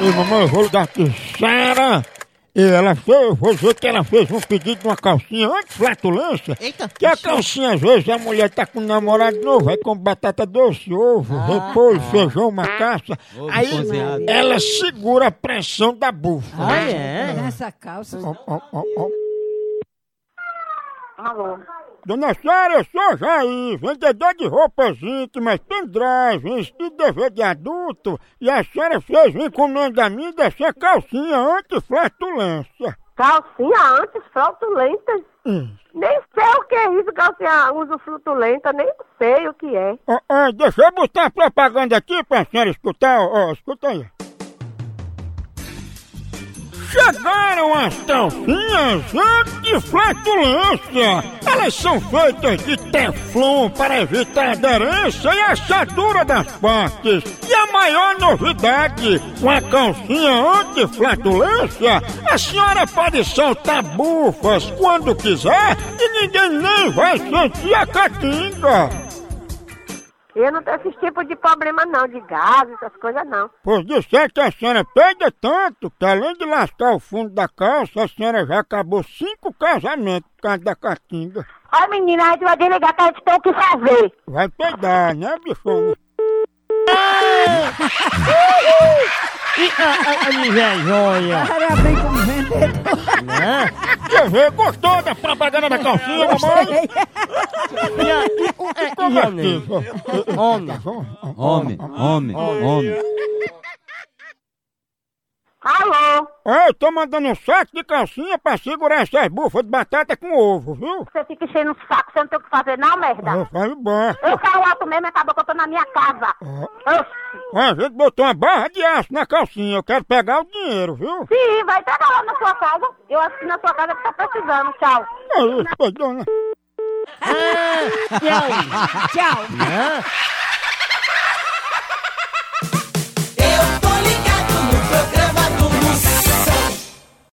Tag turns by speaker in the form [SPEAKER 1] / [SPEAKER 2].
[SPEAKER 1] Ei, mamãe, eu vou ligar aqui, Sara. E ela fez, eu vou dizer que ela fez um pedido de uma calcinha anti-flatulência.
[SPEAKER 2] Eita.
[SPEAKER 1] Que a calcinha, às vezes, a mulher tá com um namorado novo, aí come batata doce, ovo, repolho, feijão, uma caça. Aí
[SPEAKER 3] cozinhado.
[SPEAKER 1] ela segura a pressão da bufa.
[SPEAKER 3] Ah, é?
[SPEAKER 4] Essa calça.
[SPEAKER 1] Ó, ó, ó, ó.
[SPEAKER 5] Alô?
[SPEAKER 1] Dona Sara, eu sou Jair, vendedor de roupas íntimas, pendrives e DVD de adulto, e a senhora fez uma encomenda a mim dessa calcinha anti-flatulência.
[SPEAKER 5] Calcinha antes, frutulenta.
[SPEAKER 1] Hum.
[SPEAKER 5] Nem sei o que é isso, calcinha uso frutulenta, nem sei o que é.
[SPEAKER 1] Ó, ó, deixa eu botar a propaganda aqui pra senhora escutar, ó, ó, escuta aí. Chegaram as calcinhas anti-flatulência. Elas são feitas de teflon para evitar aderência e assadura das partes. E a maior novidade, com a calcinha anti-flatulência, a senhora pode soltar bufas quando quiser e ninguém nem vai sentir a catinga.
[SPEAKER 5] Eu não tenho esse tipo de problema não, de gás, essas coisas não.
[SPEAKER 1] Pois disseram que a senhora pega tanto que além de lascar o fundo da calça, a senhora já acabou cinco casamentos por causa da catinga.
[SPEAKER 5] Olha menina, a gente vai desligar que a gente tem o que fazer.
[SPEAKER 1] Vai pegar, né, bichona?
[SPEAKER 4] Parabéns como vendedor.
[SPEAKER 1] Quer ver? Gostou da propaganda da calcinha, mamãe? Como assim?
[SPEAKER 3] Homem, homem, homem, homem.
[SPEAKER 5] Alô?
[SPEAKER 1] Ó, eu tô mandando um saco de calcinha pra segurar essas bufas de batata com ovo, viu?
[SPEAKER 5] Você fica enchendo o saco, você não tem o que fazer não,
[SPEAKER 1] Ó,
[SPEAKER 5] merda.
[SPEAKER 1] faz bom.
[SPEAKER 5] Eu saio alto mesmo, é acabou que eu tô na minha casa. Oxi.
[SPEAKER 1] Ó, a gente botou uma barra de aço na calcinha, eu quero pegar o dinheiro, viu?
[SPEAKER 5] Sim, vai pegar lá na sua casa. Eu acho que na sua casa que tá precisando, tchau.
[SPEAKER 1] Aí, foi dona.
[SPEAKER 4] Tchau.